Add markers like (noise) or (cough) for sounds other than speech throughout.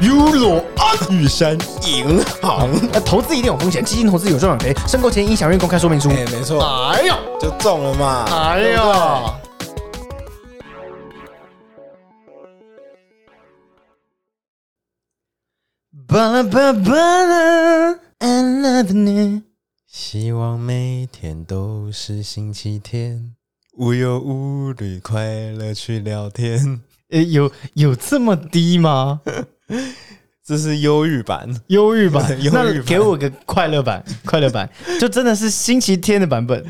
游龙安雨山银行，呃，投资一定有风险，基金投资有赚有赔，申购前应详阅公开说明书。哎，没错，哎呀，就中了嘛。哎呀，巴拉巴巴拉，I love you。希望每天都是星期天，无忧无虑，快乐去聊天。呃，有有这么低吗？这是忧郁版，，(laughs) 忧郁版忧郁版 (laughs) 那给我个快乐版， (laughs) 快乐版，就真的是星期天的版本。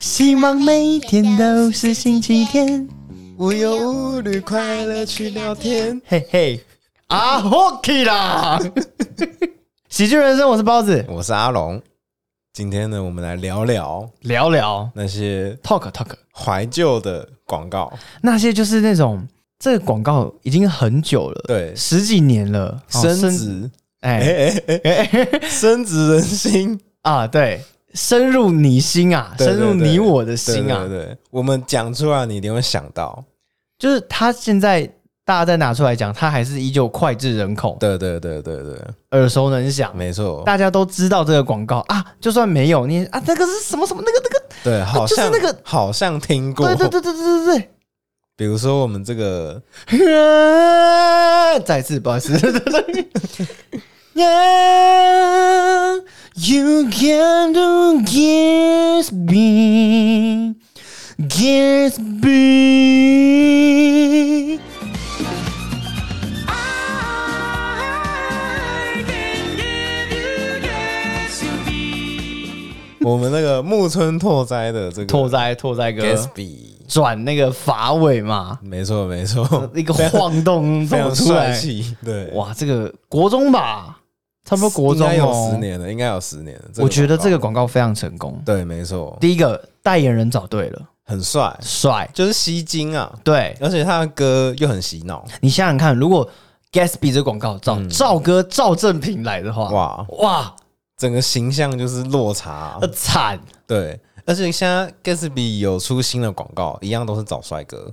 希望每天都是星期天，无忧无虑，快乐去聊天。嘿嘿，啊 hockey 啦！ (laughs) 喜剧人生，我是包子，我是阿龙，今天呢，我们来聊聊聊聊那些 talk talk，怀旧的广告。那些就是那种这个广告已经很久了，对十几年了，哦升，职，哎哎哎哎，升职人心，啊，对，深入你心啊，对对 (laughs) 深入对你我的心啊对，对对，我们讲出来，你一定会想到。就是他现在大家再拿出来讲，他还是依旧脍炙人口，对对对对对，耳熟能详，没错。大家都知道这个广告啊。就算没有你啊，那个是什么什么那个那个，对，好就是像那个好像听过。对对对对对对对比如说我们这个， Yeah，再 (laughs) 次不好意思。Yeah, you can do kiss me, kiss me. 我们那个木村拓哉的这个拓哉拓哉哥 Gatsby，转那个发尾嘛，没错没错，一个晃 (laughs) 动非常走出帅来，气。对，哇，这个国中吧，差不多国中应该有哦十。年了，应该有十年了。我觉得这个广广告非常成功告。对，没错，第一个代言人找对了，很帅，帅。就是吸睛啊，对而且他的歌又很洗脑。你想想看，如果 Gatsby 这广告找、赵哥赵正平来的话，哇哇哇，整个形象就是落差啊呃，惨、对，而且现在 Gatsby 有出新的广告，一样都是找帅哥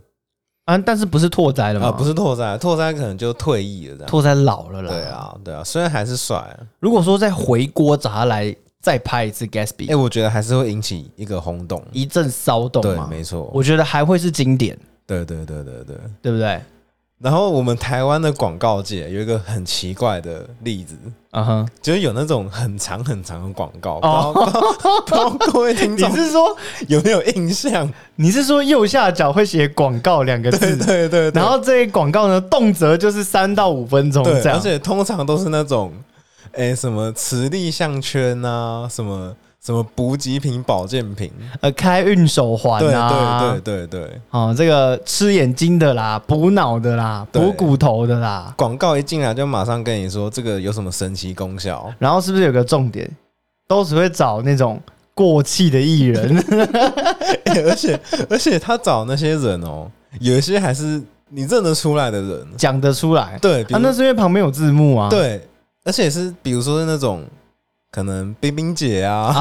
啊！但是不是拓哉了吗？啊，不是拓哉，拓哉可能就退役了这样。拓哉老了啦。对，啊，对啊，虽然还是帅，如果说再回锅找他来再拍一次 Gatsby，、哎、我觉得还是会引起一个轰动。一阵骚动对，嘛，没错，我觉得还会是经典，对对对对对。对不对？然后我们台湾的广告界有一个很奇怪的例子，嗯哼。就是有那种很长很长的广告，不知道不知道不知道各位听哦 (laughs) 你众是说有没有印象？你是说右下角会写“广告”两个字，对对对对然后这些广告呢，动辄就是三到五分钟对，这样而。且通常都是那种，哎、什么磁力项圈啊，什么什么补给品、保健品，呃，开运手环对啊，对对对对，哦，这个吃眼睛的啦，补脑的啦，对补骨头的啦，广告一进来就马上跟你说这个有什么神奇功 (laughs) 效，然后是不是有个重点，都只会找那种过气的艺 (laughs) 人，欸而且而且他找那些人哦，有一些还是你认得出来的人，讲得出来？对，比啊如，那是因为旁边有字幕啊。对，而且是比如说是那种可能冰冰姐啊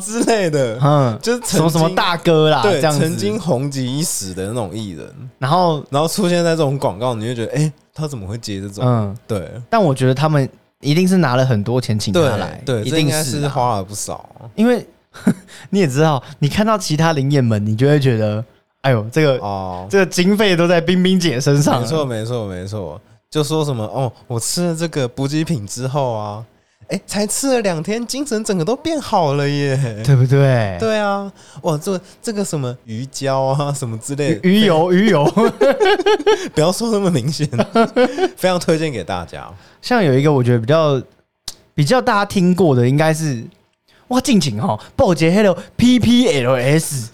(laughs) 之类的，嗯，就是曾什么什么经。大哥啦，对，这样子曾经，红极一时的那种艺人，然后然后出现在这种广告，你就觉得，哎、他怎么会接这种？嗯，对，但我觉得他们一定是拿了很多钱请他来对，，对，一这应定该是啊花了不少。因为 (laughs) 你也知道，你看到其他灵眼们，你就会觉得，哎呦，这个、哦，这个经费都在冰冰姐身上了，没错，没错，没错，就说什么哦，我吃了这个补给品之后啊，哎，才吃了两天，精神整个都变好了耶。对不对？对啊，哇，这这个什么鱼胶啊，什么之类的，鱼油鱼油， (laughs) 不要说那么明显，非常推荐给大家。像有一个我觉得比较比较大家听过的，应该是哇，近景哈、哦，暴捷 Hello PPLS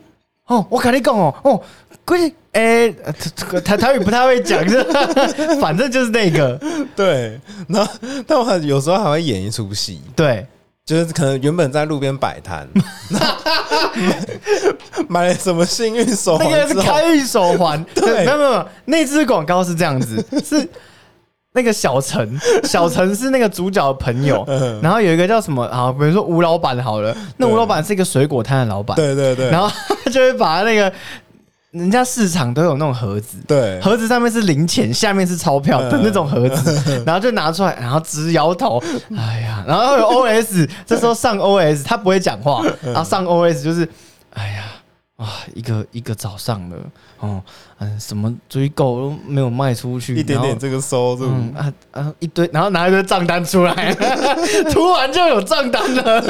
(laughs) 哦，我跟你讲哦，哦，估计哎，呃这个台台语不太会讲，这 (laughs) 反正就是那个对，然后但我还有时候还会演一出戏，对。就是可能原本在路边摆 (laughs) 摊，然后买买了什么幸运手环那个是之后开运手环，哦对没有没有没有，那支广告是这样子，是那个小陈，小陈是那个主角的朋友，然后有一个叫什么啊，比如说吴老板好了，那对吴老板是一个水果摊的老板， (laughs) 对对对，然后他就会把那个。人家市场都有那种盒子，对，嗯盒子上面是零钱，下面是钞票的那种 (laughs) 盒子，然后就拿出来，然后直摇头，哎呀，然后有 OS，这时候上 OS，他不会讲话，嗯然后上 OS 就是，哎呀。啊，一个一个早上了，哦，嗯，什么追购都没有卖出去，一点然点后这个收入，嗯啊啊一堆，然后拿一堆账单出 (laughs) 来，突然就有账单了，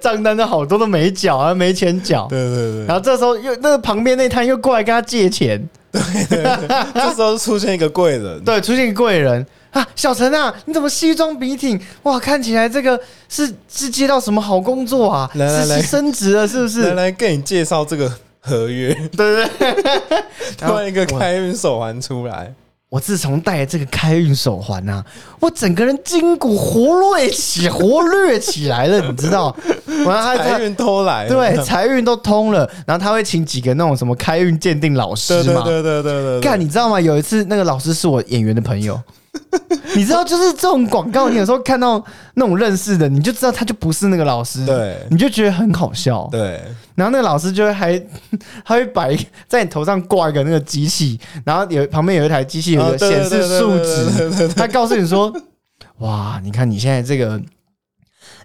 账单就好多都没缴啊，没钱缴。对对嗯然后这时候又那个旁边那摊又过来跟他借钱，对，这时候出现一个贵人，对，出现一个贵人啊，小陈啊，你怎么西装笔挺？哇，看起来这个是是接到什么好工作啊？来来来是是升职了是不是？来来跟你介绍这个合约，对对对。 (laughs) 然突后然一个我开运手环出来，我自从戴了这个开运手环啊，我整个人筋骨活络起，活跃起来了， (laughs) 你知道？然后他财他运偷来，对财运都通了，然后他会请几个那种什么开运鉴定老师对对嘛。对对对对，对干，你知道吗？有一次那个老师是我演员的朋友， (laughs) 你知道，就是这种广告，你有时候看到那种认识的，你就知道他就不是那个老师，对你就觉得很好笑。对然后那个老师就会还， (laughs) 他会摆在你头上挂一个那个机器，然后有旁边有一台机器有啊个对显对示对数对对对值，他告诉你说：“ (laughs) 哇，你看你现在这个，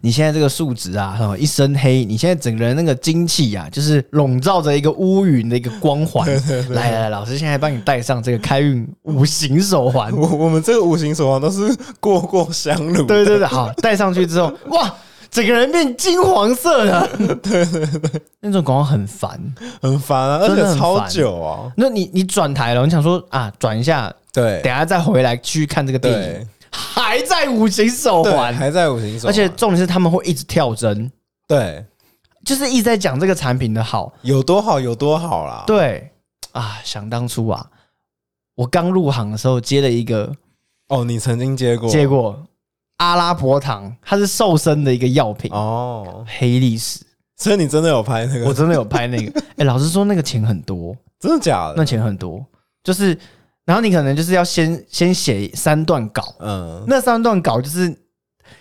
你现在这个数值啊，哦一身黑，你现在整个人那个精气啊，就是笼罩着一个乌云的一个光环。来来来，老师现在帮你戴上这个开运五行手环。我我们这个五行手环都是过过香炉，对对对，好，戴上去之后，哇，整个人变金黄 (laughs) 色的。对对对，那种广告很烦。”很烦啊，而真的且很超烦久啊，那你你转台了，你想说啊，转一下，对等一下再回来去看这个电影，对还在五行手对，环，还在五行手而环，且重点是他们会一直跳针，对就是一直在讲这个产品的好。有多好有多好啦，对啊，想当初啊，我刚入行的时候接了一个，哦，你曾经接过，结果阿拉伯糖，它是瘦身的一个药品，哦，黑 (laughs) 历史。所以你真的有拍那我个？真的有拍那个，哎、 (laughs) 老实说，那个钱很多，真的假那的？钱很多，就是，然后你可能就是要先先写三段稿。嗯，那三段稿就是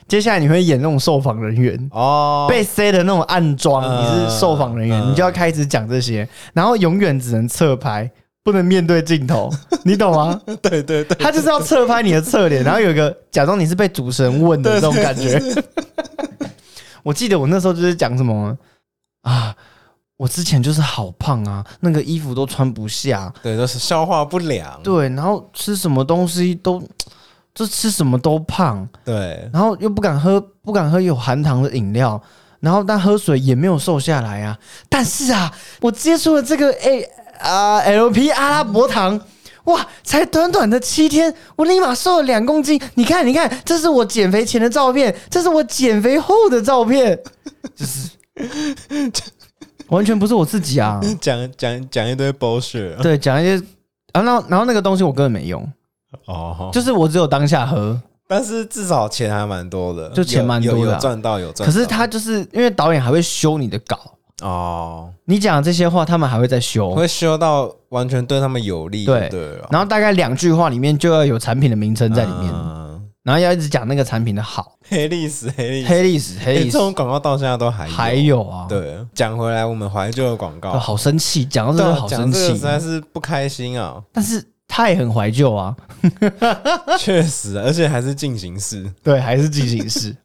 接下来你会演那种受访人员。哦，被塞的那种暗装，嗯你是受访人员，嗯你就要开始讲这些，然后永远只能侧拍，不能面对 (laughs) 镜头，你懂吗？对对对，他就是要侧拍你的侧脸，然后有一个假装你是被主持人问的那种感觉。我记得我那时候就是讲什么啊，我之前就是好胖啊，那个衣服都穿不下，对，就是消化不良，对，然后吃什么东西都，就吃什么都胖，对然后又不敢喝，不敢喝有含糖的饮料，然后但喝水也没有瘦下来啊。但是啊，我接触了这个哎啊、LP 阿拉伯糖。哇！才短短的七天，我立马瘦了两公斤。你看，你看，这是我减肥前的照片，这是我减肥后的照片，就是完全不是我自己啊！讲讲讲一堆 bullshit， (laughs) 对，讲一些，啊，然后然后那个东西我根本没用，哦，就是我只有当下喝。但是至少钱还蛮多的，就钱蛮多的啊有有有赚到有赚到。可是他就是因为导演还会修你的稿，哦，你讲这些话，他们还会再修。会修到完全对他们有利，对对了，然后大概两句话里面就要有产品的名称在里面，嗯然后要一直讲那个产品的好。黑历史，黑历史，黑历史，黑欸历这史，种广告到现在都还还。有啊，对，讲回来，我们怀旧的广告哦，，好生气，讲到这对个啊好讲生这个实气。在是不开心啊， (laughs) 但是他也很怀旧啊，确实，啊而且还是进行式。对，还是进行式。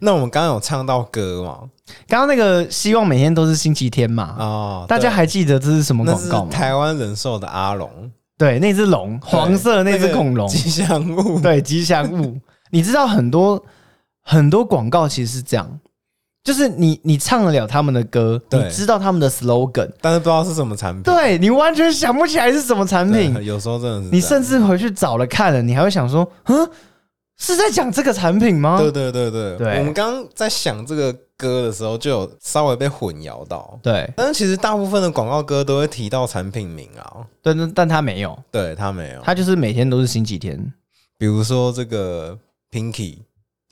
那我们刚刚有唱到歌嘛？ (laughs) 刚刚那个希望每天都是星期天嘛，哦，啊大家还记得这是什么对那广是告吗？台湾人寿的阿龙，对，那只龙，黄色那只个恐龙，吉祥物， (laughs) 对，吉祥物。你知道很多很多广告其实是这样，就是你你唱得了他们的歌，对你知道他们的 slogan，但是不知道是什么产品。对你完全想不起来是什么产对，品， (laughs) 有时候真的是你这样甚至回去找了看了，你还会想说，嗯，是在讲这个产品吗？对对对对，对我们刚刚在想这个歌的时候，就有稍微被混淆到。对但是其实大部分的广告歌都会提到产品名啊，对，但但他没有，对他没有。他就是每天都是星期天。比如说这个 Pinky，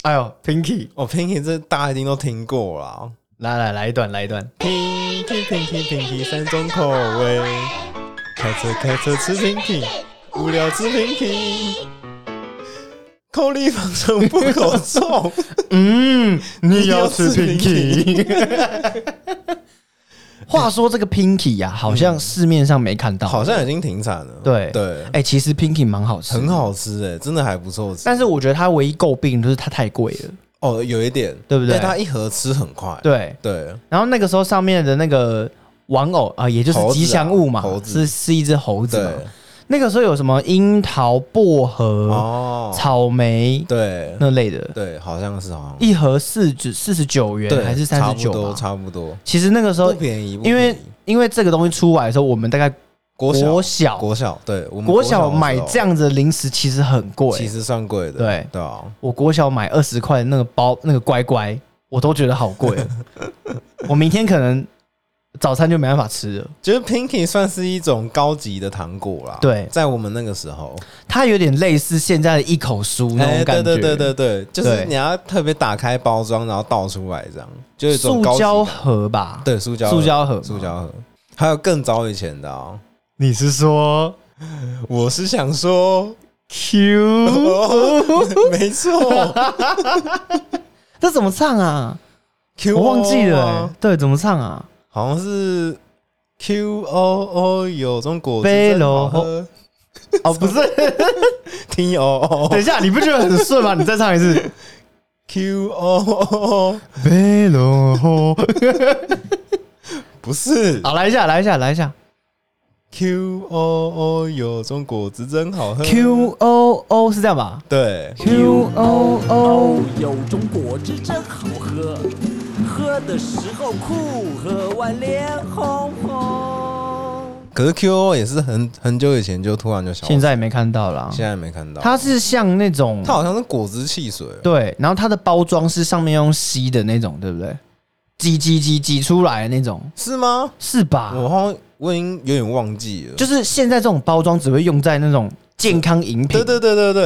哎呦，Pinky，哦，Pinky 这大家一定都听过啦。来来来一段，来一段。 Pinky Pinky Pinky 三种口味，开车开车吃 Pinky，无聊吃 Pinky，口力防尘不口重。嗯，你要吃你要吃 Pinky， (laughs) 话说这个 Pinky 呀、好像市面上没看到，好像已经停产了。对对，哎、其实 Pinky 蛮好吃，很。好吃哎、真的还不错吃。但是我觉得它唯一诟病就是它太贵了。哦，有一点，对不对但它一盒吃很快。对，对，然后那个时候上面的那个玩偶啊、也就是猴子啊吉祥物嘛，猴子是是一只猴子嘛对。那个时候有什么樱桃、薄荷、哦，草莓对那类的，对，好像是好像一盒四九四十九元对，还是三差十不九多？差不多，其实那个时不候，便宜，不因为便宜因为这个东西出来的时候，我们大概国小国小国小对，我们国小小的时买候这样子的零食其实很其贵，实算贵的，对对啊，我国小买二十块的那个包那个乖乖，我都觉得好 (laughs) 贵哦，我明天可能早餐就没办法吃了。就是 Pinky 算是一种高级的糖果啦，对在我们那个时候，它有点类似现在的一口酥那哎，种感对觉，对对对对，就是对你要特别打开包装，然后倒出来这样，就是一种塑高级胶感盒吧？，对塑胶塑胶盒塑胶盒，还有更早以前的哦，你是说我是想说，(laughs) Q？哦没错这怎么唱啊？ ，Q 我忘记了、欸，对，怎么 (laughs) 唱啊？好像是 Q O O 有中果汁杯真好楼喝哦，不是， ，T O (laughs) O 等一下，你不觉得很顺吗？你再唱一次。 Q O O 飞龙后，不是好，来一下，来一下，来一下。 Q O O 有中果汁真好喝 Q O O 是这样吧对， ？Q O O 有种果汁真好喝，喝的时候酷，喝完脸红红。可是 Q O O 也是很很久以前就突然就消失，现在也没看到了啊。现在没看到，它是像那种它好像是果汁汽水哦，对，然后它的包装是上面用吸的那种，对不对？挤挤挤挤出来的那种，是吗？是吧？我好像我已经有点忘记了，就是现在这种包装只会用在那种健康饮品，对对对对对对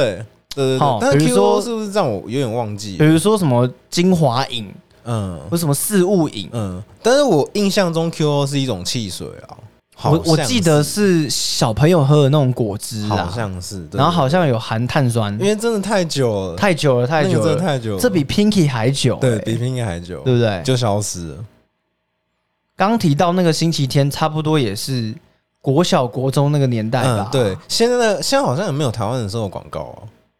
对对好，但是比如 Q O 说是不是让我有点忘记比？如说什么精华饮嗯，或什么事物饮，嗯，但是我印象中 QO 是一种汽水啊，好我我像记得是小朋友喝的那种果汁是好啊，像是，对然后好，像有含碳酸对，因为真的太久了，太久了，太那个久真的了，太久了，这比 Pinky 还久、对欸比拼音还久，对不对？就消失了。刚提到那个星期天，差不多也是国小国中那个年代吧？嗯，对，，现在的现在好像也没有台湾人送的广告啊，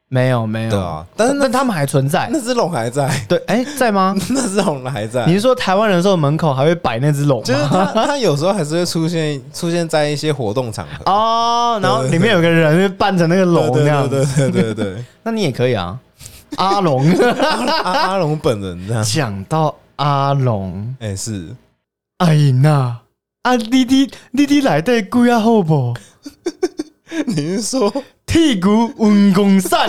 没有没有，对啊但是那但他们还存在。那只龙还在， (laughs) 对，哎、在吗？那只龙还在你。是说台湾人寿门口还会摆那只龙就是吗？ (laughs) 它，它有时候还是会出现出现在一些活动场合，哦，然后里面有个人就扮成那个龙对那样，对对对对对，那你也可 (laughs) 以啊，阿龙。阿阿龙本人这样， (laughs) 讲到阿龙，哎是，哎呐，啊，你你你你来底贵啊好不？你是说剔骨运功伞，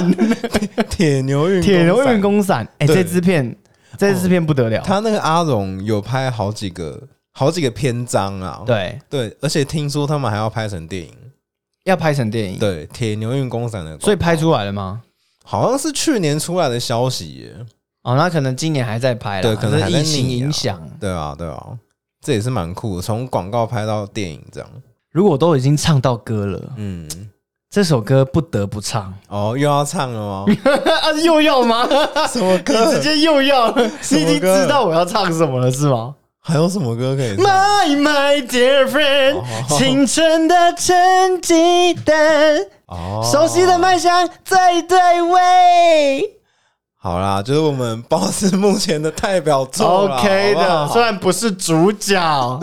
铁牛运铁牛运伞功伞，哎、对这支片，这支片不得了，他那个阿荣有拍好几个好几个篇章啊，对，对，而且听说他们还要拍成电影，要拍成电影，对，《铁牛运工伞》的广告，所以拍出来了吗？好像是去年出来的消息耶，哦，那可能今年还在拍啦对，可能还在疫情逆啊影响。对啊，对啊，这也是蛮酷的，从广告拍到电影这样，如果都已经唱到歌了，嗯，这首歌不得不唱哦，又要唱了吗？ (laughs) 啊！又要 (laughs) 吗？什么你歌直？接又 (laughs) 要，什你么已经歌知道我要唱什么了是 (laughs) 吗？还有什么歌可以唱？ My my dear friend，、清晨的成绩单，哦，熟悉的麦香在对味。好啦，就是我们包是目前的代表作啦 OK 好不好的，虽然不是主角，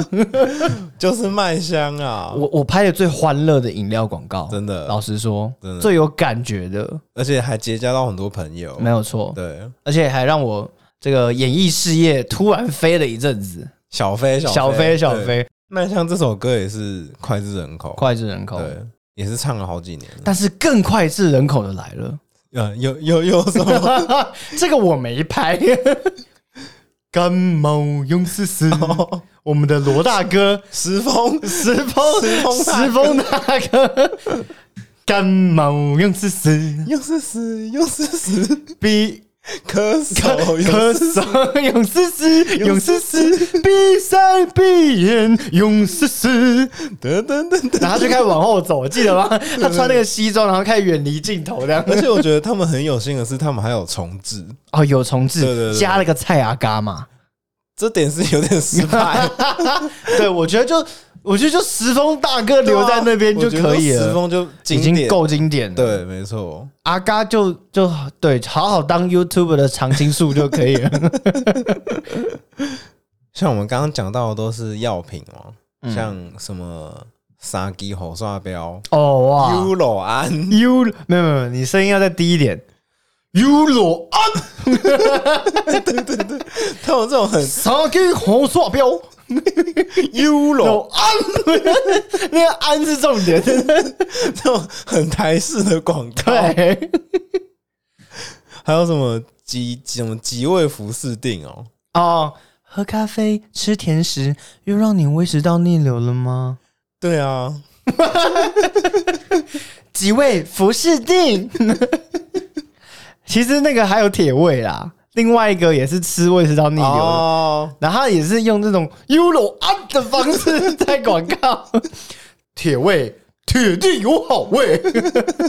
就是麦香啊， (laughs) 我我拍的最欢乐的饮料广告，真的老实说真的，最有感觉的，而且还结交到很多朋友，没有错，对。而且还让我这个演艺事业突然飞了一阵子，小飞，小飞飞，小对。飞，麦香这首歌也是脍炙人口，脍炙人口。对，也是唱了好几年了。但是更脍炙人口的来了，呃嗯，有有有什么？ (laughs) 这个我没 (laughs) 拍。感冒勇士死， (laughs) 我们的罗大哥石峰， (laughs) 石峰石峰大哥石峰大哥， (laughs) 感冒勇士死， (laughs) 又是死，又是 (laughs) 死，比咳嗽，咳又是死，嗽勇士死，勇士死，闭上闭眼勇士死，等等等等。然后就开始往后走，记得吗？他穿那个西装，然后开始远离镜头，这 (laughs) 样。而且我觉得他们很有幸的是，他们还有重置，哦，有重对对对置，(laughs) 加了个蔡阿嘎嘛，这点是有点失 (laughs) 败，对，我觉得就我觉得就石峰大哥留在那边就可以啊我觉得石了，峰就已经典经够经典了。，对，没错。阿嘎就就对，好好当 YouTube 的常青树就可以了。像我们刚刚讲到的都是药品哦，嗯像什么沙鸡猴刷标、哦啊哇优柔安， ，U 没有没有没有，你声音要再低一点。U 罗啊，他们这种很 (laughs) 啥跟红刷标 U 有罗安， (laughs) 那个安是重点。这种很台式的广告，对，还有什么极什么极味服饰定哦，哦，喝咖啡吃甜食又让你胃食道逆流了吗？对啊，几位服饰定。 (laughs) 其实那个还有铁胃啦，另外一个也是吃胃食道逆流的，哦，然后他也是用这种 Euro 安的方式在广告。铁胃，铁定有好味。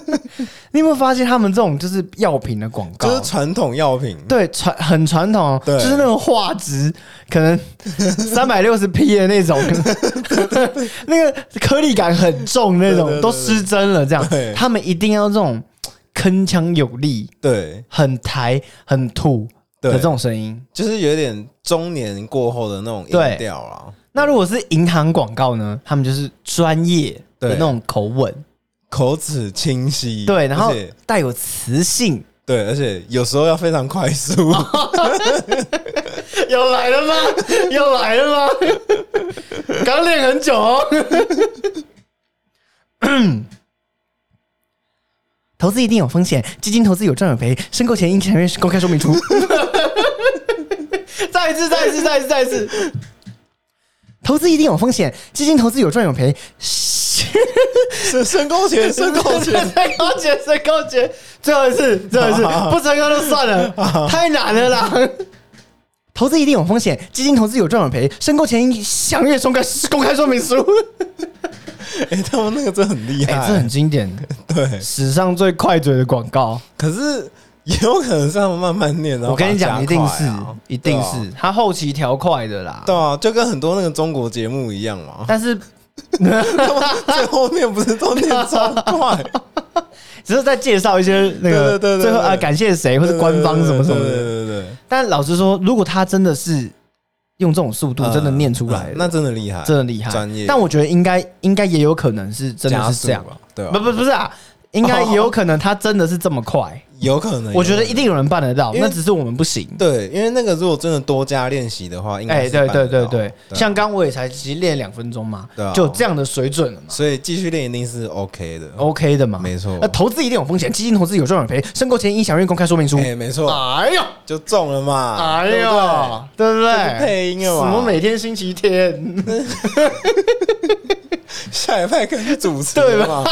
(laughs) 你有没有发现他们这种就是药品的广告？就是传统药品，对传很传统哦，对就是那种画质可能三百六十 P 的那 (laughs) 种，那个颗粒感很重那对对种，对都失真了这样对。他们一定要这种铿锵有力、对，很抬、很吐的对这种声音。就是有点中年过后的那种音调啊，那如果是银行广告呢？他们就是专业的对那种口吻，口齿清晰，对，然后而且带有磁性。对，而且有时候要非常快 (laughs) 速，哦又来 (laughs) 了吗？又来了吗？刚练很久哦。 (coughs) 投资一定有风险，基金投资有赚有赔，申购前应详阅公开说明书。 (laughs) 再一次，再一次，再一次，再一次。投资一定有风险，基金投资有赚有赔。申申购 (laughs) 前，申购 (laughs) 前，最高级，最高级，最后一次，最 (laughs) 后一次，不成功就算 (laughs) 了，太难了啦。啊 (laughs) 投资一定有风险，基金投资有赚有赔，申购前应详阅公开公开说明书。哎，他们那个真的很厉哎、这害很，经典，对， (laughs) 史上最快嘴的广告。可是也有可能是他们慢慢念，然后我跟你讲，把它一加定快是啊，一定对啊是，他后期调快的啦。对啊，就跟很多那个中国节目一样 (laughs) 嘛，(laughs) 但是啊最后面不是都念超快，只是在介绍一些那对对对个，对最后啊、对感谢谁 (laughs) 或是官方什么什么对对的。对对对，但老实说，如果他真的是用这种速度，真的念出来嗯的那真的厉害，真的厉害，专业但我觉得应该应该也有可能是真的加是速这样，吧，对不吧？不不是啊，应该也有可能他真的是这么快。有可能，我觉得有可一定有人办得到，哦因为那只是我们不行。能对，因为那个如果真的多加练习的话，应该哎，是对对办得对到啊对，像刚我也才其实练两分钟嘛对啊，就有这样的水准了嘛。所以继续练一定是 OK 的。 OK 的嘛，没错那投资一定有风险，基金投资有赚有赔，申购前应详阅公开说明书。哎，没错，哎呦，就中了嘛，哎对不对呦，对不对？这是配音了什嘛么每天星期天， (laughs) 下一派可能是主持对嘛，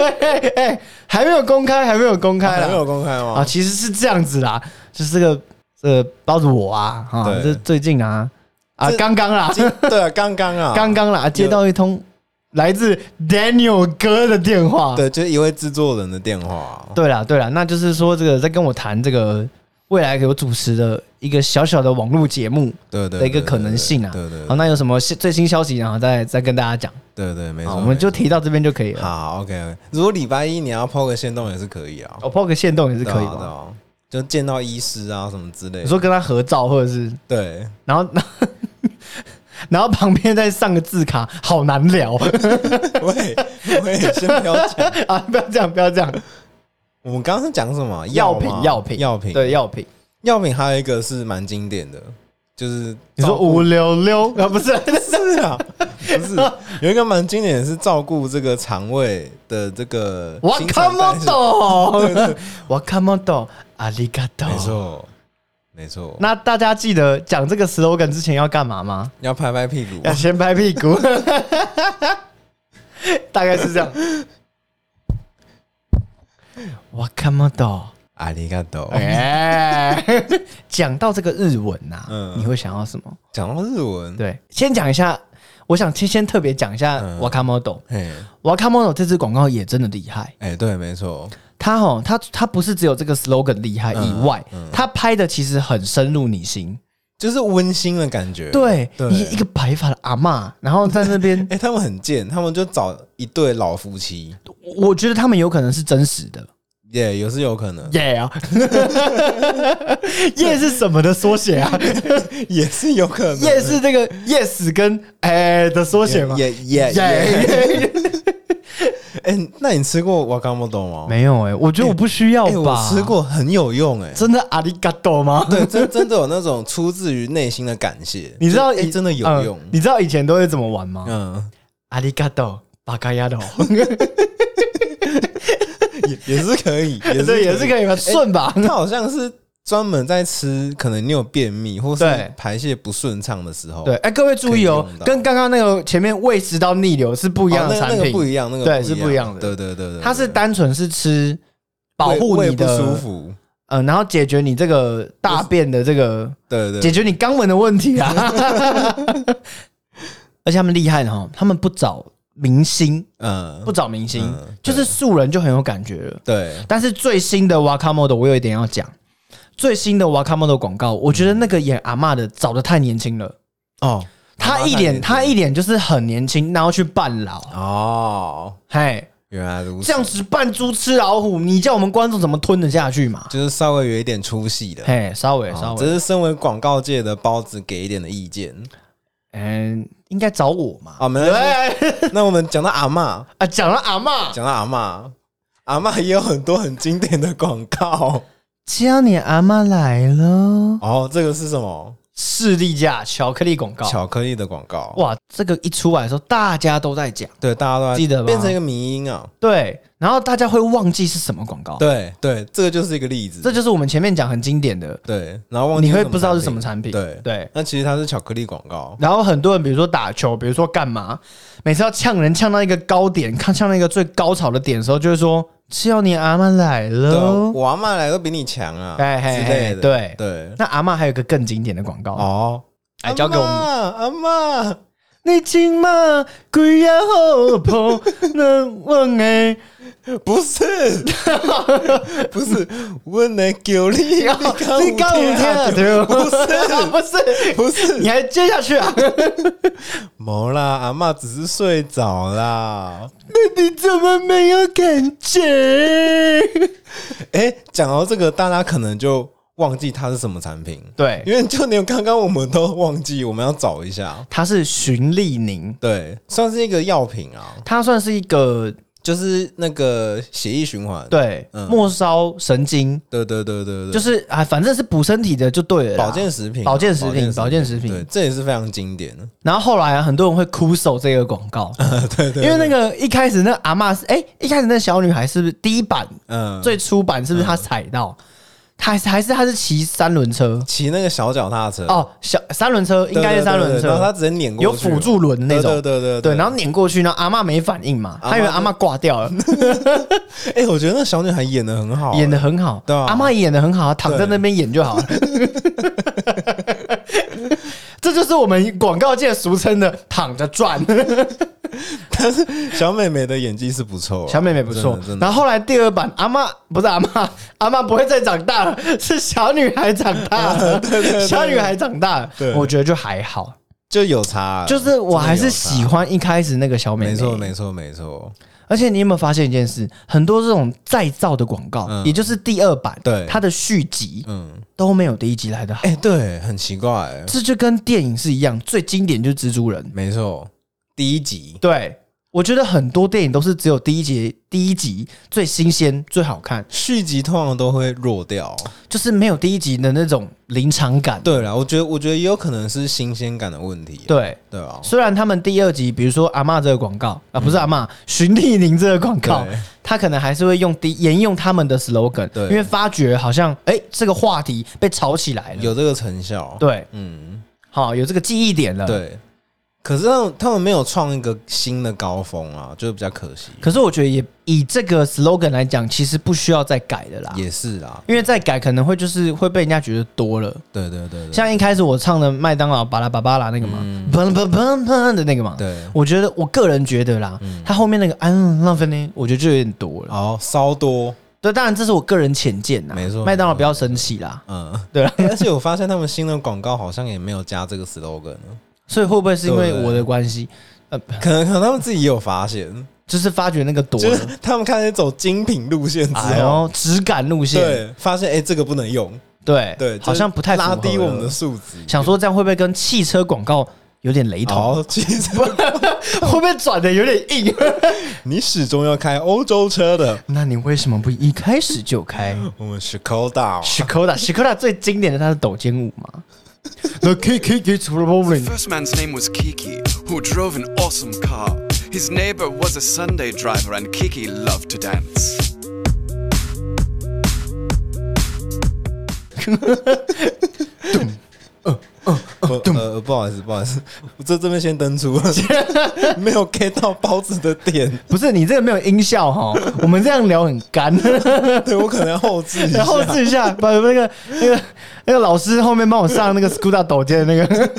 哎哎哎，还没有公开，还没有公 (laughs) 开还啦没有公开啊，吗？其实是这样子啦，就是这个呃，包子我啊，啊，对这最近啊啊，这刚刚啦，今对啊，刚刚啊，刚刚啦，接到一通来自 Daniel 哥的电话。对，就是一位制作人的电话啊，对啦，对啦，那就是说这个在跟我谈这个未来有主持的一个小小的网络节目对对的一个可能性啊。对对好，那有什么新最新消息，然后再再跟大家讲。对对，没错，好，我们就没错提到这边就可以了。好 OK OK。如果礼拜一你要抛个线动也是可以啊，我抛个线哦动也是对啊可以对的。啊，就见到医师啊什么之类你的。说跟他合照，或者是对， (laughs) 然后 (laughs) 然后旁边再上个字卡，好难 (laughs) 聊。喂喂，先不要讲。啊，不要这样，不要这样。我们刚刚是讲什么？药吗品，药品，药品。对，药品。药品还有一个是蛮经典的，就是你照说顾五六六啊？不是， (laughs) 是啊，不是有一个蛮经典的是照顾这个肠胃的这个我新看陈代不谢。 (laughs) 懂，我看不懂，阿里嘎多。没错，没错。那大家记得讲这个 slogan 之前要干嘛吗？要拍拍屁股要，先拍屁 (laughs) 股，大概是这样。我看不懂。阿里嘎多。哎， (laughs) 讲到这个日文呐、嗯你会想到什么？讲到日文，对，先讲一下，我想先先特别讲一下嗯 Wakamoto。哎 Wakamoto 这支广告也真的厉害，哎，对，没错，它嗯哦，它它不是只有这个 slogan 厉害以外，它拍的其实很深入你心。就是温馨的感觉。对，对，一一个白发的阿嬷，然后在那边 (laughs) 哎、，他们很贱，他们就找一对老夫妻，我我觉得他们有可能是真实的。也、也是有可能，耶 (laughs) 啊，耶是什么的缩写 (laughs) 啊？也是有可能，耶是这个 yes 跟哎的缩写吗？也也也，耶，哎、那你吃过瓦嘎莫豆吗？没有哎，我觉得我不需要哎、吧。我吃，过，很有用、哎，真的阿里嘎多吗？对，哎真真的有那种出自于内心的感谢，你知道就哎、以呃真的有嗯用，你知道以前都会怎么玩吗？嗯，阿里嘎多，巴嘎亚多，嗯也也是可 (laughs) 以，也是这也是以。可以吧？顺吧？他好像是专门在吃，可能你有便秘或是对排泄不顺畅的时候，对，，哎，各位注意哦可以用，到跟刚刚那个前面胃食道逆流是不一样的哦那产那个不品，一样，那个对是不一样的对对对对，它是对单纯是吃保护胃胃你不的舒服，嗯，然后解决你这个大便的这个，对对解对，决你肛门的问题啊。 (laughs) 而且他们厉害的哈，他们不找明星，嗯，不找明星，嗯就是素人就很有感觉了。对，但是最新的 Wakamoto，我有一点要讲，最新的 Wakamoto 广告，我觉得那个演阿嬷的找的太年轻了，哦，她一点脸她一脸就是很年轻，然后去扮老，哦，嘿，原来如此，这样子扮猪吃老虎，你叫我们观众怎么吞得下去嘛？就是稍微有一点出息的，嘿，稍微哦稍微，只是身为广告界的包子给一点的意见嗯，应该找我嘛。啊，没关系。 (laughs) 那我们讲到阿嬷，啊，讲了阿妈，讲到阿嬷，阿嬷也有很多很经典的广告。叫你阿妈来了， (laughs) 哦，这个是什么？士力架巧克力广告。巧克力的广告。哇，这个一出来的时候，大家都在讲，对，大家都在记得吗变成一个迷音啊。对，然后大家会忘记是什么广告，，对对，哦这个就是一个例子。这就是我们前面讲很经典的，对，然后忘记你会是不知道是什么产产品，对对品。。那其实它是巧克力广告。然后很多人，比如说打球，比如说干嘛，每次要呛人，呛到一个高点，看呛到一个最高潮的点的时候，就会说叫你阿妈来对啊，了。我阿嬷来都比你强啊之嘿嘿嘿类的。对对，那阿妈还有一个更经典的广告， (laughs) 哦，来交给我们。阿嬷阿嬷。你今嘛贵啊好婆能哎问诶，不是，不是，我来叫你，你 (laughs) 你你干五天啊？对不不是是，不是，不是， (laughs) 你还接下去啊？没啦，阿嬷只是睡着啦。那你怎么没有感觉？哎，讲到这个，大家可能就忘记它是什么产品， (laughs) 对，因为就连刚刚我们都忘记，我们要找一下。它是循利宁，对，算是一个药品啊，它算是一个就是那个血液循环。对嗯末梢神经，对对对对对，就是啊，反正是补身体的就对了啦。保健食品啊，保健食品保健食品对，这也是非常经典的。然后后来啊，很多人会哭手这个广 (laughs) 告，对对，因为那个一开始那阿嬷是哎、一开始那小女孩是不是第一版嗯，最初版是不是他踩到？他还是还是他是骑三轮车骑那个小脚踏车，哦，小三轮车应该对对是对三轮对然后他车，直接碾过去有辅助轮的那种，对对对对然后碾过去，然后阿嬷没反应嘛，阿嬷他以为阿嬷挂掉了，哎、我觉得那小女孩演的很好、演的很好，对啊阿嬷也演的很好，躺在那边演就好了。 (laughs) 这就是我们广告界俗称的“躺着赚哦小妹妹的演技是不错啊、”，小妹妹不错真的真。的然后后来第二版，阿嬷不是阿嬷， (laughs) 阿嬷不会再长大了，是小女孩长大 (laughs) 了， (laughs) 小女孩长大了对，我觉得就还好。就有差啊、就是我还是喜欢。欢一开始那个小美眉，没错，没错，没错。而且你有没有发现一件事？很多这种再造的广告，嗯也就是第二版，对它的续集嗯，都没有第一集来的好。哎、对，很奇怪、欸，这就跟电影是一样，最经典就是蜘蛛人。没错，第一集，对，我觉得很多电影都是只有第一集，第一集最新鲜、最好看，续集通常都会弱掉。就是没有第一集的那种临场感。对了，我觉得，我觉得也有可能是新鲜感的问题、对，对对啊，虽然他们第二集，比如说阿嬷这个广告啊，不是阿嬷，循利宁这个广告嗯对，他可能还是会用第沿用他们的 slogan，对因为发觉好像哎、这个话题被炒起来了，有这个成效。，对，啊嗯，好有这个记忆点了，。对。可是他们他们没有创一个新的高峰啊，就是比较可惜。可是我觉得也以这个 slogan 来讲，其实不需要再改的啦，也是啦，因为再改可能会就是会被人家觉得多了，对对对对，像一开始我唱的麦当劳巴拉巴巴拉那个嘛，砰砰砰砰的那个嘛，对嗯我觉得我个人觉得啦，他后面那个安浪分呢，我觉得就有点多了。哦，稍多，对，当然这是我个人浅见呐，啊没错麦当劳不要生气啦，嗯， (laughs) 对啊，而且我发现他们新的广告好像也没有加这个 slogan，呢所以会不会是因为对我的关系，呃，可能可能他们自己也有发现，就是发觉那个多 (laughs) 就了，是哦他们开始走精品路线之哎后，呦，质感路线，对，发现哎、这个不能用，对对，好像不太就是符拉合低我们的了素质。想说这样会不会跟汽车广告有点雷同？好，其 (laughs) 实会不会转的有点硬？你始终要开欧洲车的， (laughs) 那你为什么不一开始就 (laughs) 开？我们是 Coda， s h i k o d a s h i k o d a 最经典的它是抖肩舞 (laughs) 嘛？The K K K Problem， First man's name was Kiki, who drove an awesome car. His neighbor was a Sunday driver, and Kiki loved to dance. 不呃，不好意思，不好意思，我这这边先登 (laughs) 出，没有 get 到包子的点， (laughs) 不是你这个没有音效 (laughs) 哈，我们这样聊很 (laughs) 干。对我可能要后置一下 (laughs) 然。后试一下，把那个那个那个老师后面帮我上那个 Scuda 抖肩的那个。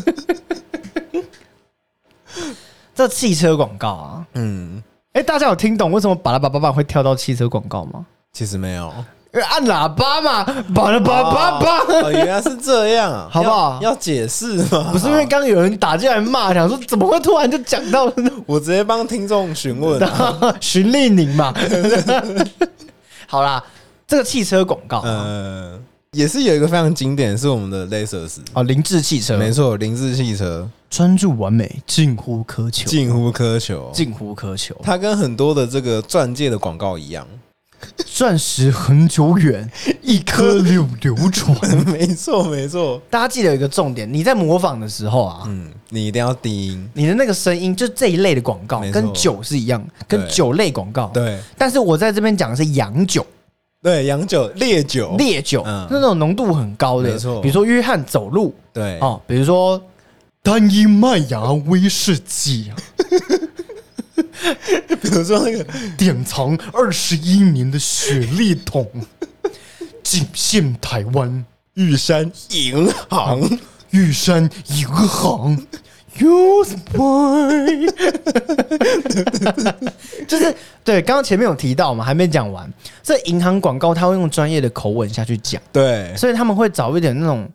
(laughs) 这汽车广告啊，嗯，哎、大家有听懂为什么巴拉巴巴巴会跳到汽车广告吗？其实没有，因为按喇叭嘛，巴拉巴巴巴。哦，原来是这样啊， (laughs) 好不好要要解释吗？ (laughs) 不是因为刚刚有人打进来骂，想说怎么会突然就讲到了呢？ (laughs) (laughs) 我直接帮听众询问啊，循例宁嘛。 (laughs) 好啦，这个汽车广告啊呃，也是有一个非常经典，是我们的 Lexus，哦，凌志汽车，没错，凌志汽车专注完美，近乎苛求，近乎苛求，近乎苛求，它跟很多的这个钻戒的广告一样， (laughs) 钻石恒久远， (laughs) 一颗永流传。没错没错，大家记得有一个重点，你在模仿的时候啊，嗯，你一定要低音，你的那个声音就这一类的广告没错跟酒是一样，跟对酒类广告。对但是我在这边讲的是洋酒、对，洋酒、烈酒，烈酒，嗯那种浓度很高的，没错比如说约翰走路，对，哦，比如说单一麦芽威士忌， (laughs) 比如说 (laughs) 那个典藏二十一年的雪莉桶， (laughs) 仅限台湾玉山银哦行，玉山银行。Use my，就是对，刚刚前面有提到嘛，还没讲完。这银行广告，它会用专业的口吻下去讲，对，所以他们会找一点那种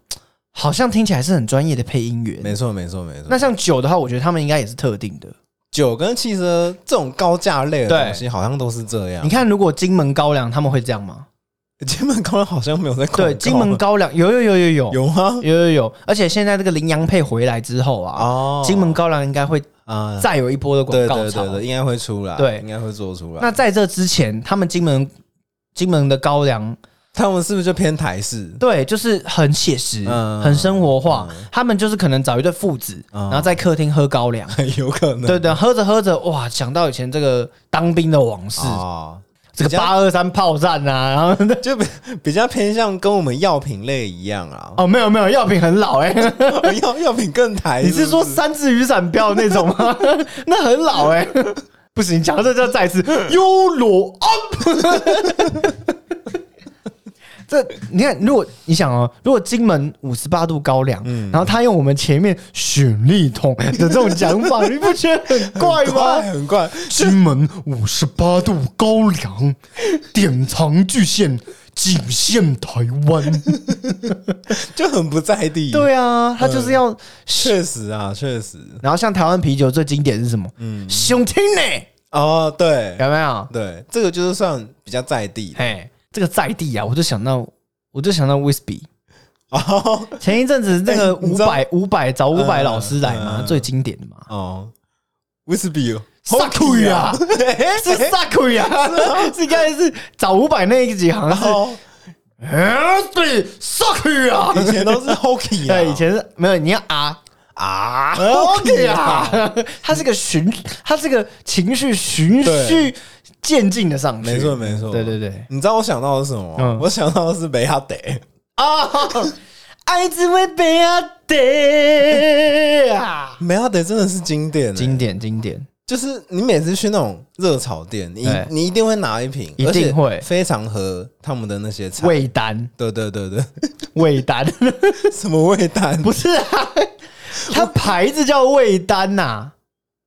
好像听起来是很专业的配音员。没错没错没错，那像酒的话，我觉得他们应该也是特定的。酒跟汽车这种高价类的对东西，好像都是这样你。看，如果金门高粱，他们会这样吗？ (laughs) 金门高粱好像没有在广告对，金门高粱有有有有有有吗？有有有，而且现在这个羚羊配回来之后啊，哦，金门高粱应该会啊，再有一波的呃广对告对潮对。对，应该会出来，对应该会做出来。那在这之前，他们金门金门的高粱，他们是不是就偏台式？ (laughs) 对，就是很写实，嗯很生活化。他们就是可能找一对父子，然后在客厅喝高粱。有可能。对对，喝着喝着，哇，想到以前这个当兵的往事，啊，这个比较八二三炮战啊，然后 (laughs) 就比比较偏向跟我们药品类一样啊。哦，没有没有，药品很 (laughs) 老哎、 (laughs) 药药品更台你不，是说三只雨伞标那种吗？ (laughs) 那很老哎、不行，讲到这就要再一次优罗 up。这你看，如果你想哦，如果金门五十八度高粱，然后他用我们前面雪莉桶的这种讲 (laughs) 法，你不觉得很怪吗怪？啊很怪？金门五十八度高粱，典藏巨献，仅限台湾。就很不在地。，对啊，他就是要确实啊，确实。然后像台湾啤酒最经典是什么？嗯，熊听呢？哦，对有没有？对，这个就是算比较在地的哎，这个在地啊，我就想到，我就想到 Whisby。哦前一阵子那个哎你五知道百五百找五百老师来嗯嘛，嗯最经典的嘛，哦，威士忌哦，萨库 (laughs) 呀，是萨库呀，哎是啊应该是找五百那一集好像是哦，哎对萨库呀，以前 (laughs) 都是 Hockey 啊，对以前是没有你要啊。啊 OK 啊，啊， (laughs) 它是个循，它是个情绪循序对渐进的上去，没错没错，对对对，你知道我想到的是什么吗？嗯我想到的是梅亚德，哦， (laughs) 爱只会被啊 (laughs) 得啊，梅亚德真的是经典、欸，经典经典，就是你每次去那种热炒店，你对你一定会拿一瓶，一定而且会非常合他们的那些菜。味丹对对对对， (laughs) 味丹什么味丹？不是啊，它牌子叫味丹呐、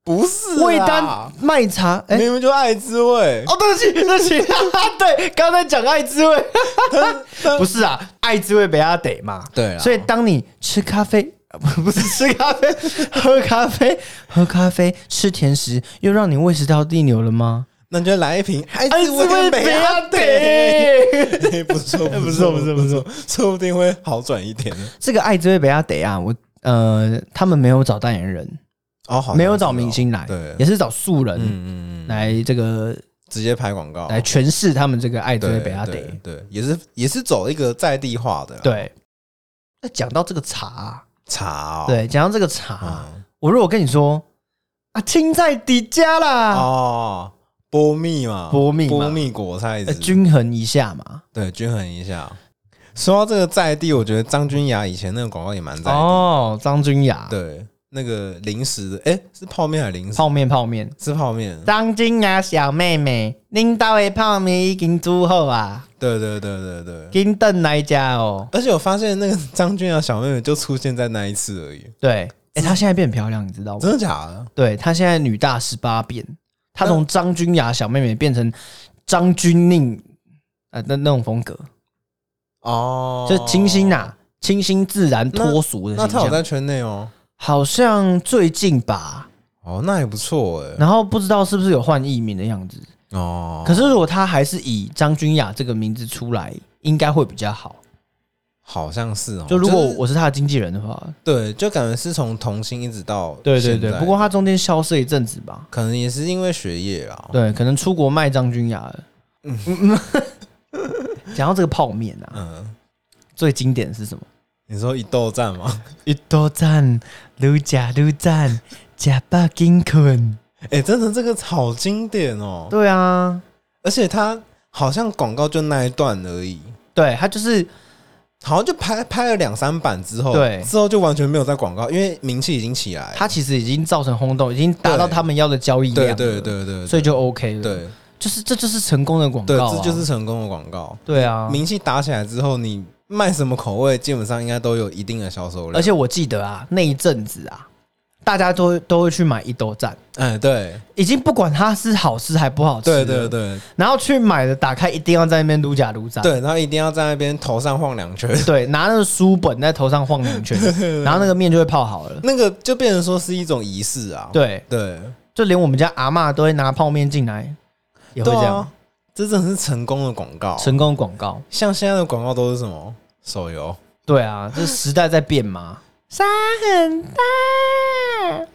不是啦味丹麦茶，哎、明明就爱滋味，哦，对不起， (laughs) 对不起，对，刚才讲爱滋味， (laughs) 不是啊，爱滋味被他得嘛，对啊所以当你吃咖啡，呃不 (laughs) 不是吃咖啡，喝咖啡，喝咖啡，吃甜食，又让你胃食道逆流了吗？那你就来一瓶爱爱滋味被美他阿得。得，嘿 (laughs) 不错，哎不错，不错，不错，说不定会好转一点。这个爱滋味被他得啊，我呃，他们没有找代言人，哦，好，没有找明星来，对也，是找素人嗯嗯嗯，来这个直接拍广告，来诠释他们这个爱滋味对被他得对，对，也是也是走一个在地化的啦对。那讲到这个茶啊。茶哦，对，讲到这个茶，嗯我如果跟你说啊，青菜底加啦，哦，波蜜嘛，波蜜嘛波蜜果菜汁，呃均衡一下嘛。对，均衡一下。说到这个在地，我觉得张君雅以前那个广告也蛮在地。哦，张君雅，，对，那个零食的，哎、是泡面还是零食？泡面泡面，是泡面。张君雅小妹妹，恁兜的泡面已经煮好啊，对对对对对。紧等来吃哦。而且我发现那个 (laughs) 张君雅小妹妹就出现在那一次而已，对，哎，她现在变很漂亮，你知道吗真？的假的？对，她现在女大十八变，她从张君雅小妹妹变成张君宁，呃，那那种风格，哦就清新。呐，清新自然脱俗的那形她有象。在圈内哦。好像最近吧，哦，那也不错哎、然后不知道是不是有换艺名的样子。哦，可是如果他还是以张君雅这个名字出来，应该会比较好。好像是哦。就如果是我是他的经纪人的话，对，就感觉是从童星一直到对对现对。在不过他中间消失一阵子吧，可能也是因为学业啦。对，可能出国卖张君雅了。嗯， (laughs) 讲到这个泡面啊，嗯，最经典的是什么？你说一斗战 (laughs) 吗？一多赞，如假如赞，假巴金困。哎、真的这个好经典哦。对啊，而且他好像广告就那一段而已，对他就是好像就拍拍了两三版之后，对之后就完全没有在广告，因为名气已经起来了。他其实已经造成轰动，已经达到对他们要的交易量对对了，对对，所以就啊 OK 了。对就是这就是成功的广对，告、啊，这就是成功的广告。对啊。名气打起来之后，你卖什么口味，基本上应该都有一定的销售量。而且，我记得啊，那一阵子啊，大家都都会去买一兜站，哎，对已经不管它是好吃还不好吃，对对，对然后去买的，打开一定要在那边撸假撸炸，对，然后一定要在那边头上晃两圈， (laughs) 对，拿那个书本在头上晃两圈，然后那个面就会泡好了。那个就变成说是一种仪式啊。对，对，就连我们家阿嬷都会拿泡面进来，也会对这样、啊，这真的是成功的广告。成功的广告。像现在的广告都是什么手游对啊，这时代在变嘛，沙很大，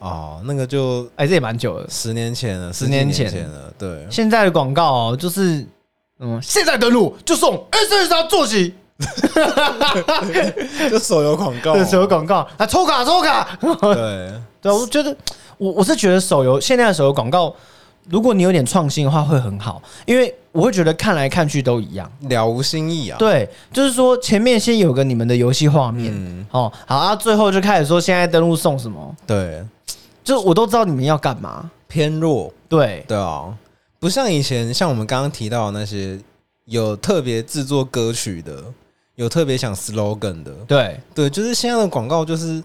哦，那个就哎，这也蛮久了。十年前了，十十几年年前了，对，现在的广告、哦、就是，嗯，现在登录就送哎 S S R 坐席，就手游广告， (laughs) 对手游广告啊，抽卡抽卡。 (laughs) 对，对，啊我觉得我我是觉得手游现在的手游广告，如果你有点创新的话，会很好，因为我会觉得看来看去都一样。了无新意啊，对，就是说前面先有个你们的游戏画面，嗯哦，好啊，最后就开始说现在登录送什么，对，就我都知道你们要干嘛。偏弱，对，对啊，不像以前，像我们刚刚提到的那些有特别制作歌曲的，有特别想 slogan 的，对对，就是现在的广告就是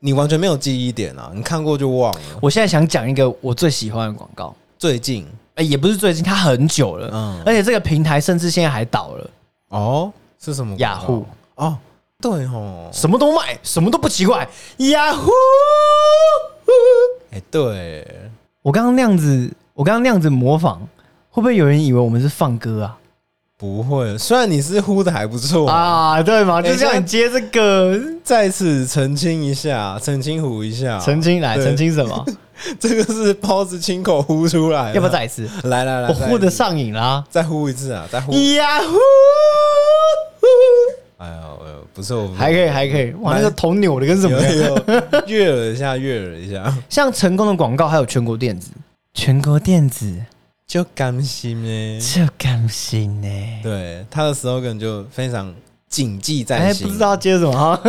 你完全没有记忆点啊，你看过就忘了。我现在想讲一个我最喜欢的广告，最近哎、也不是最近，它很久了，嗯而且这个平台甚至现在还倒了，哦是什么广告？雅虎哦，对哦，什么都卖，什么都不奇怪，雅虎。哎、对，我刚刚那样子，我刚刚那样子模仿，会不会有人以为我们是放歌啊？不会，虽然你是呼的还不错啊，对嘛，哎就像现在你接这个，再次澄清一下，澄清糊一下，澄清来，对澄清什么？ (laughs) 这个是包子亲口呼出来的，要不要再一次？哦来来来，我再呼得一次，上瘾啦！再呼一次啊，再呼，呀呼，哎呦哎呦，不错，不错还可以，还可以，哇，蛮那个头扭的跟什么有一样？有悦耳一下，悦耳一下，像成功的广告，还有全国电子，全国电子就甘心呢。这甘心呢？对他的 slogan 就非常谨记在哎，心，不知，道接什么 (laughs) 哈。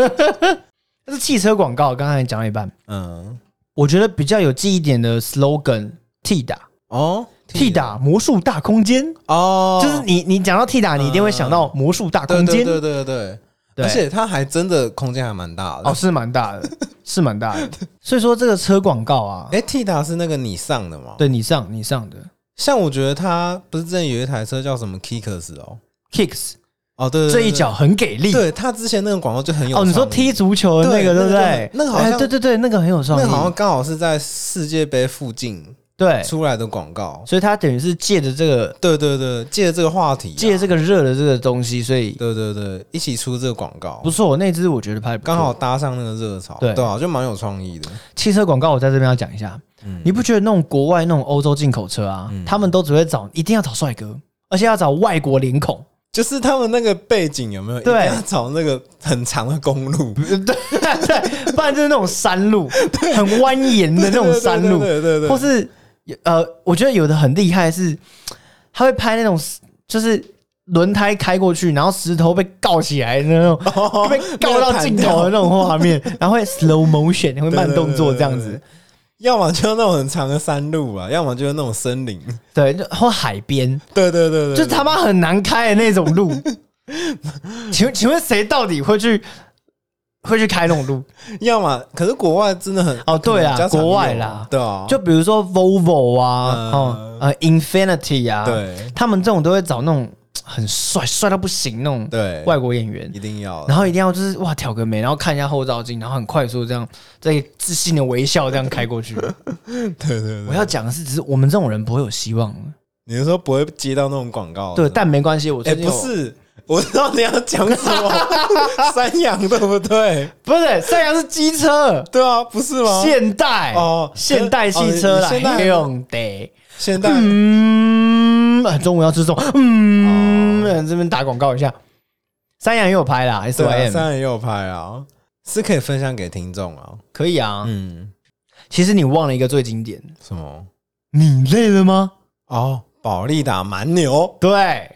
那是汽车广告，刚才讲到一半，嗯，我觉得比较有记忆点的 slogan T 打。哦， T 打魔术大空间，哦，嗯就是你你讲到 T 打，你一定会想到魔术大对空间对。对对对，对而且它还真的空间还蛮大的。哦，是蛮大 (laughs) 的，是蛮大的。所以说这个车广告啊，哎，T 达是那个你上的吗？，对你上你上的像我觉得它不是之前有一台车叫什么 Kickers 哦， kicks 哦对对这对一脚很给力。对它之前那个广告就很有哦，你说创意踢足球的那个对对不对那个就很？那个好像哎对对对，那个很有创意。那好像刚好是在世界杯附近对，出来的广告。所以他等于是借着这个对对对，借这个话题啊、借这个热的这个东西，所以对对对，一起出这个广告不，错。那支我觉得拍得不错刚好搭上那个热潮，对对啊，就蛮有创意的。汽车广告，我在这边要讲一下。嗯你不觉得那种国外那种欧洲进口车啊，他们都只会找一定要找帅哥，而且要找外国脸孔， (laughs) 就是他们那个背景有没有？对一定要找那个很长的公路，对，不然就是那种山路，很蜿蜒 (laughs) 的那种山路，对对对对对或是呃，我觉得有的很厉害是，他会拍那种就是轮胎开过去，然后石头被铐起来的那种，哦被铐到镜头的那种画面，然后会 slow motion 会慢动作这样子，要么就是那种很长的山路啊，要么就是那种森林。对，就或海边，对对对对，就是他妈很难开的那种 (laughs) 路。请问，请问谁到底会去会去开那种路？要么，可是国外真的很哦对啦可能比较常国外有啦对啊，就比如说 Volvo 啊，嗯哦呃 Infinity 啊，对他们这种都会找那种很帅帅到不行那种对外国演员一，定要的，然后一定要就是哇挑个眉，然后看一下后照镜，然后很快速这样再自信的微笑这样开过去。 (laughs) 对对我对，要讲的是，只是我们这种人不会有希望的，你是说不会接到那种广告？对，是吗但没关系，我哦哎、最近不有是，我知道你要讲什 (laughs) 么，山羊对不对？不是，山羊是机车。对啊，不是吗？现代哦现代汽车啦哦你现代，用得，现代、嗯，啊中午要吃什么？嗯，这边打广告一下，三羊也有拍啦，S 对 Y 啊，山 M 羊也有拍啊，是可以分享给听众啊。可以啊。嗯，其实你忘了一个最经典，什么？你累了吗？哦，保利达蛮牛，对，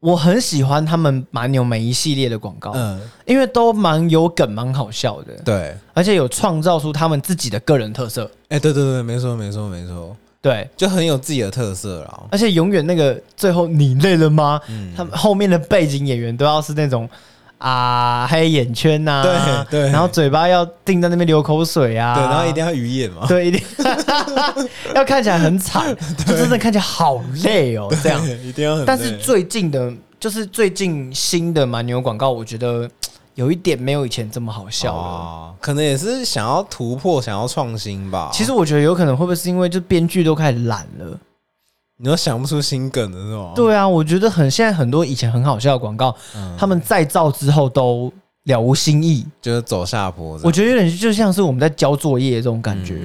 我很喜欢他们蛮牛每一系列的广告，嗯，因为都蛮有梗，蛮好笑的，对，哎、而且有创造出他们自己的个人特色。对对对，没错没错没错，对，就很有自己的特色啊啦。而且永远那个最后你累了吗？嗯他们后面的背景演员都要是那种啊黑眼圈呐、对对然后嘴巴要定在那边流口水啊，对，然后一定要鱼眼嘛，对一定要 (laughs) 看起来 (laughs) 很惨，就真的看起来好累哦，这样。一定要很累。但是最近的，就是最近新的蛮牛广告，我觉得有一点没有以前这么好笑了。哦，可能也是想要突破，想要创新吧。其实我觉得有可能会不会是因为就编剧都开始懒了？你都想不出新梗的是吗？对啊，我觉得很现在很多以前很好笑的广告，他们再造之后都了无新意。就是走下坡这样。我觉得有点就像是我们在交作业这种感觉、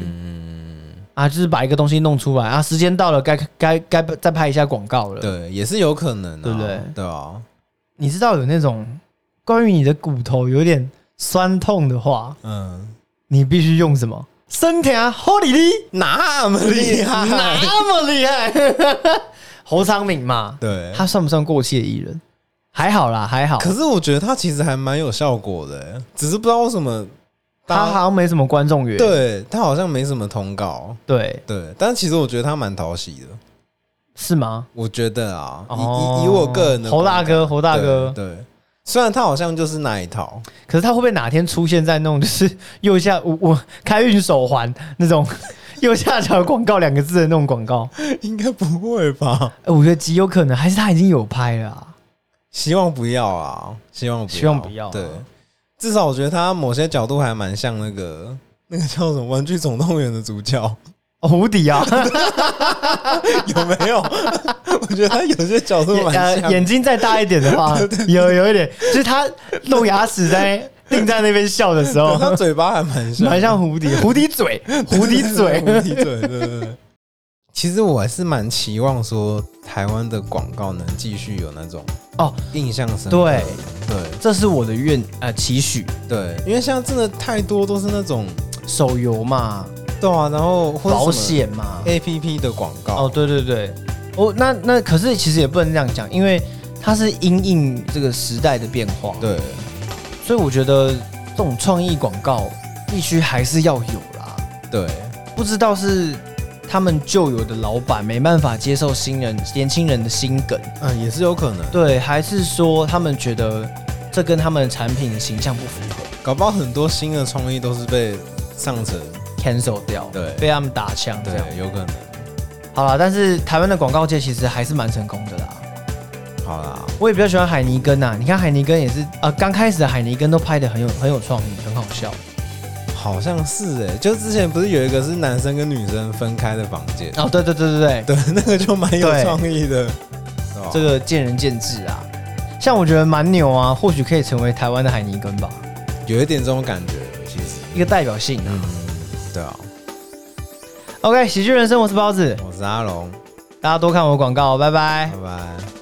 啊，就是把一个东西弄出来啊，时间到了该该该再拍一下广告了。，对，也是有可能、啊，对不对对啊，你知道有那种关于你的骨头有点酸痛的话，嗯，你必须用什么？生田啊好里里，那么厉害，那么厉害， (laughs) 侯昌明 (laughs) 嘛，对。他算不算过气的艺人？还好啦，还好，可是我觉得他其实还蛮有效果的欸，只是不知道为什么他好像没什么观众缘。对他好像没什么通告，对，对，但其实我觉得他蛮讨喜的，是吗？我觉得啊，以哦以以我个人的侯大观感哥侯大对哥对，虽然他好像就是那一 (laughs) 套，可是他会不会哪天出现在那种就是右下我我开运手环那种 (laughs) 右下角广告两个字的那种广告？应该不会吧？哎、我觉得极有可能，还是他已经有拍了、啊。希望不要啊，希望不要，希望不要啊对，至少我觉得他某些角度还蛮像那个那个叫什么《玩具总动员》的主角。 (laughs) 哦，无敌啊！有没有？ (laughs) 我觉得他有些角度 (laughs) 蛮眼像呃眼睛再大一点的 (laughs) 话，有有一点，就是他露牙齿在定在那边笑的时 (laughs) 对候，他嘴巴还蛮像，蛮像 (laughs) 蝴蝶，蝴蝶嘴， (laughs) 蝴蝶嘴。蝴蝶嘴，对对对。其实我还是蛮期望说台湾的广告能继续有那种哦印象深刻，对对这是我的愿呃期许，对，因为现在真的太多都是那种手游嘛，对啊，然后或者保险嘛。 A P P 的广告哦，对对对，哦，那那可是其实也不能这样讲，因为它是因应这个时代的变化，，对所以我觉得这种创意广告必须还是要有啦。对不知道是他们旧有的老板没办法接受新人年轻人的心梗，嗯也是有可能，对，还是说他们觉得这跟他们的产品形象不符合搞不好很多新的创意都是被上层，cancel 掉，对被他们打枪这样。对，有可能。好了，但是台湾的广告界其实还是蛮成功的啦。好啦，我也比较喜欢海尼根呐、啊你看海尼根也是，呃，刚开始的海尼根都拍的很有很有创意，很好笑。好像是哎、就之前不是有一个是男生跟女生分开的房间，哦，对对对对 (laughs) 对，对，那个就蛮有对啊创意的。是吧这个见仁见智啊。像我觉得蛮牛啊，或许可以成为台湾的海尼根吧，有一点这种感觉，其实，一个代表性啊。嗯，对啊， OK，喜剧人生，我是包子，我是阿龙，大家多看我的广告，拜拜拜。拜。